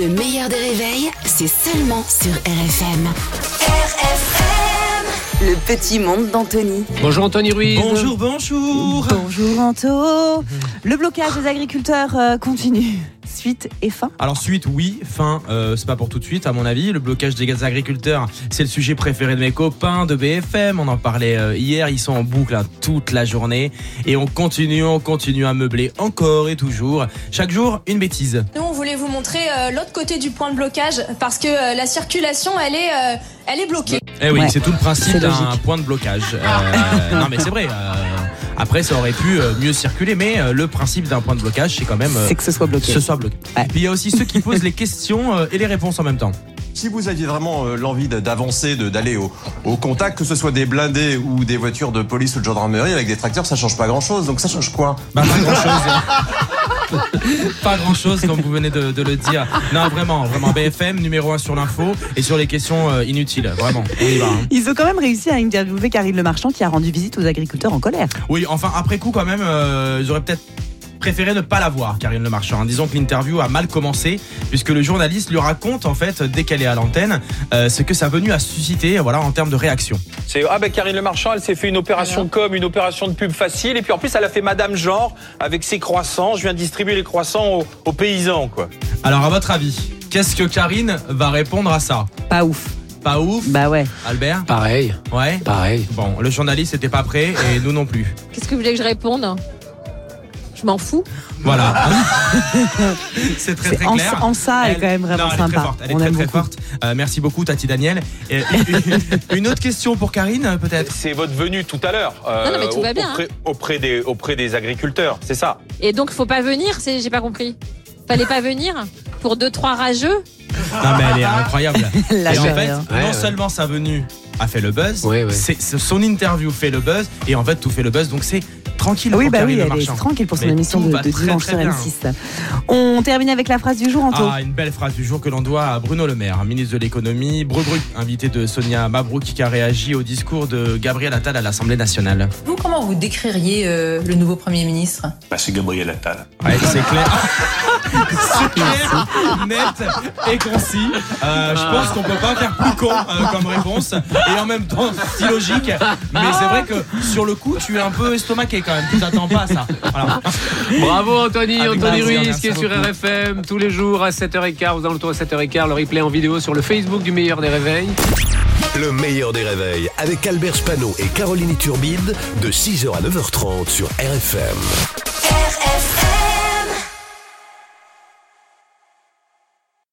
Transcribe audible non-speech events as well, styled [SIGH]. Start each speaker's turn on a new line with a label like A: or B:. A: Le meilleur des réveils, c'est seulement sur RFM. RFM Le petit monde d'Anthony.
B: Bonjour Anthony Ruiz.
C: Bonjour, bonjour.
D: Bonjour Anto. Le blocage des agriculteurs euh, continue. Suite et fin.
C: Alors suite, oui, fin, euh, c'est pas pour tout de suite à mon avis. Le blocage des gaz agriculteurs, c'est le sujet préféré de mes copains de BFM. On en parlait euh, hier, ils sont en boucle hein, toute la journée et on continue, on continue à meubler encore et toujours. Chaque jour, une bêtise.
E: Nous, on voulait vous montrer euh, l'autre côté du point de blocage parce que euh, la circulation, elle est, euh, elle est bloquée.
C: Eh oui,
D: Ouais.
C: c'est tout le principe
D: C'est
C: d'un
D: logique. Ah.
C: point de blocage. Euh, non mais c'est vrai. euh, après, ça aurait pu euh, mieux circuler, mais euh, le principe d'un point de blocage, c'est quand même euh,
D: C'est que ce soit bloqué.
C: ce soit bloqué.
D: Ouais.
C: Puis il y a aussi ceux qui posent les questions euh, et les réponses en même temps.
F: Si vous aviez vraiment euh, l'envie de- d'avancer, de- d'aller au, au contact, que ce soit des blindés ou des voitures de police ou de gendarmerie avec des tracteurs, ça change pas grand chose. Donc ça change quoi
C: Bah, pas grand chose. [LAUGHS] pas grand chose, comme vous venez de, de le dire. Non, vraiment, vraiment. BFM, numéro 1 sur l'info et sur les questions euh, inutiles. Vraiment, on y va. hein.
D: Ils ont quand même réussi à interviewer Karine Le Marchand qui a rendu visite aux agriculteurs en colère.
C: Oui, enfin, après coup, quand même, euh, j'aurais peut-être préféré ne pas la voir, Karine Le Marchand. Disons que l'interview a mal commencé, puisque le journaliste lui raconte, en fait, dès qu'elle est à l'antenne, euh, ce que sa venue a suscité, voilà, en termes de réaction.
G: C'est ah ben Karine Le Marchand, elle s'est fait une opération com, une opération de pub facile, et puis en plus elle a fait Madame Genre avec ses croissants. Je viens distribuer les croissants aux, aux paysans quoi.
C: Alors, à votre avis, qu'est-ce que Karine va répondre à ça
D: Pas ouf.
C: Pas ouf,
D: Bah ouais.
C: Albert
B: Pareil,
C: Ouais [LAUGHS]
B: pareil.
C: Bon, le journaliste n'était pas prêt et nous non plus.
H: Qu'est-ce que vous voulez que je réponde Je m'en fous.
D: [LAUGHS]
C: Voilà. c'est très
D: C'est
C: très
D: en,
C: clair.
D: en ça, elle, est quand même vraiment
C: non, elle est très
D: sympa.
C: forte. Elle est
D: On
C: très
D: aime
C: très
D: beaucoup.
C: forte. Euh, merci beaucoup Tati Daniel.
D: [LAUGHS]
C: Et une, une autre question pour Karine peut-être.
G: C'est votre venue tout à l'heure. euh,
H: Non, non, mais tout va bien, hein.
G: Auprès, auprès des auprès des agriculteurs, c'est ça.
H: Et donc, faut pas venir, c'est- j'ai pas compris. Fallait pas venir pour deux, trois rageux.
C: Non mais elle est incroyable.
D: [LAUGHS] [LAUGHS] La
C: et en fait,
D: chaleur. Ah
C: non
B: Ah. Ouais, ouais.
C: seulement sa venue a fait le buzz,
B: Ouais, ouais.
C: c'est c'est- son interview fait le buzz et en fait tout fait le buzz donc c'est tranquille
D: Oui,
C: pour
D: bah
C: Karine
D: oui,
C: Le
D: elle est
C: Marchand.
D: tranquille pour son
C: Mais
D: émission
C: tout
D: de,
C: va
D: de
C: très,
D: dimanche
C: très
D: sur
C: bien.
D: M6. On termine avec la phrase du jour, Anto.
C: Ah, une belle phrase du jour que l'on doit à Bruno Le Maire, ministre de l'économie, Brubruc, invité de Sonia Mabrouk qui a réagi au discours de Gabriel Attal à l'Assemblée nationale.
I: Vous, comment vous décririez euh, le nouveau Premier ministre
J: Bah, c'est Gabriel Attal.
C: Ouais, c'est clair. c'est clair, net et concis. Euh, je pense qu'on peut pas faire plus con euh, comme réponse et en même temps si logique. Mais c'est vrai que sur le coup, tu es un peu estomaqué quand même. Tu t'attends pas à ça. Voilà.
B: Bravo Anthony,
C: Avec
B: Anthony
C: plaisir,
B: Ruiz
C: merci
B: qui est sur
C: beaucoup.
B: RFM tous les jours à 7h15, aux alentours à 7h15, le replay en vidéo sur le Facebook du meilleur des réveils.
K: Le meilleur des réveils avec Albert Spano et Caroline Turbide de 6h à 9h30 sur RFM.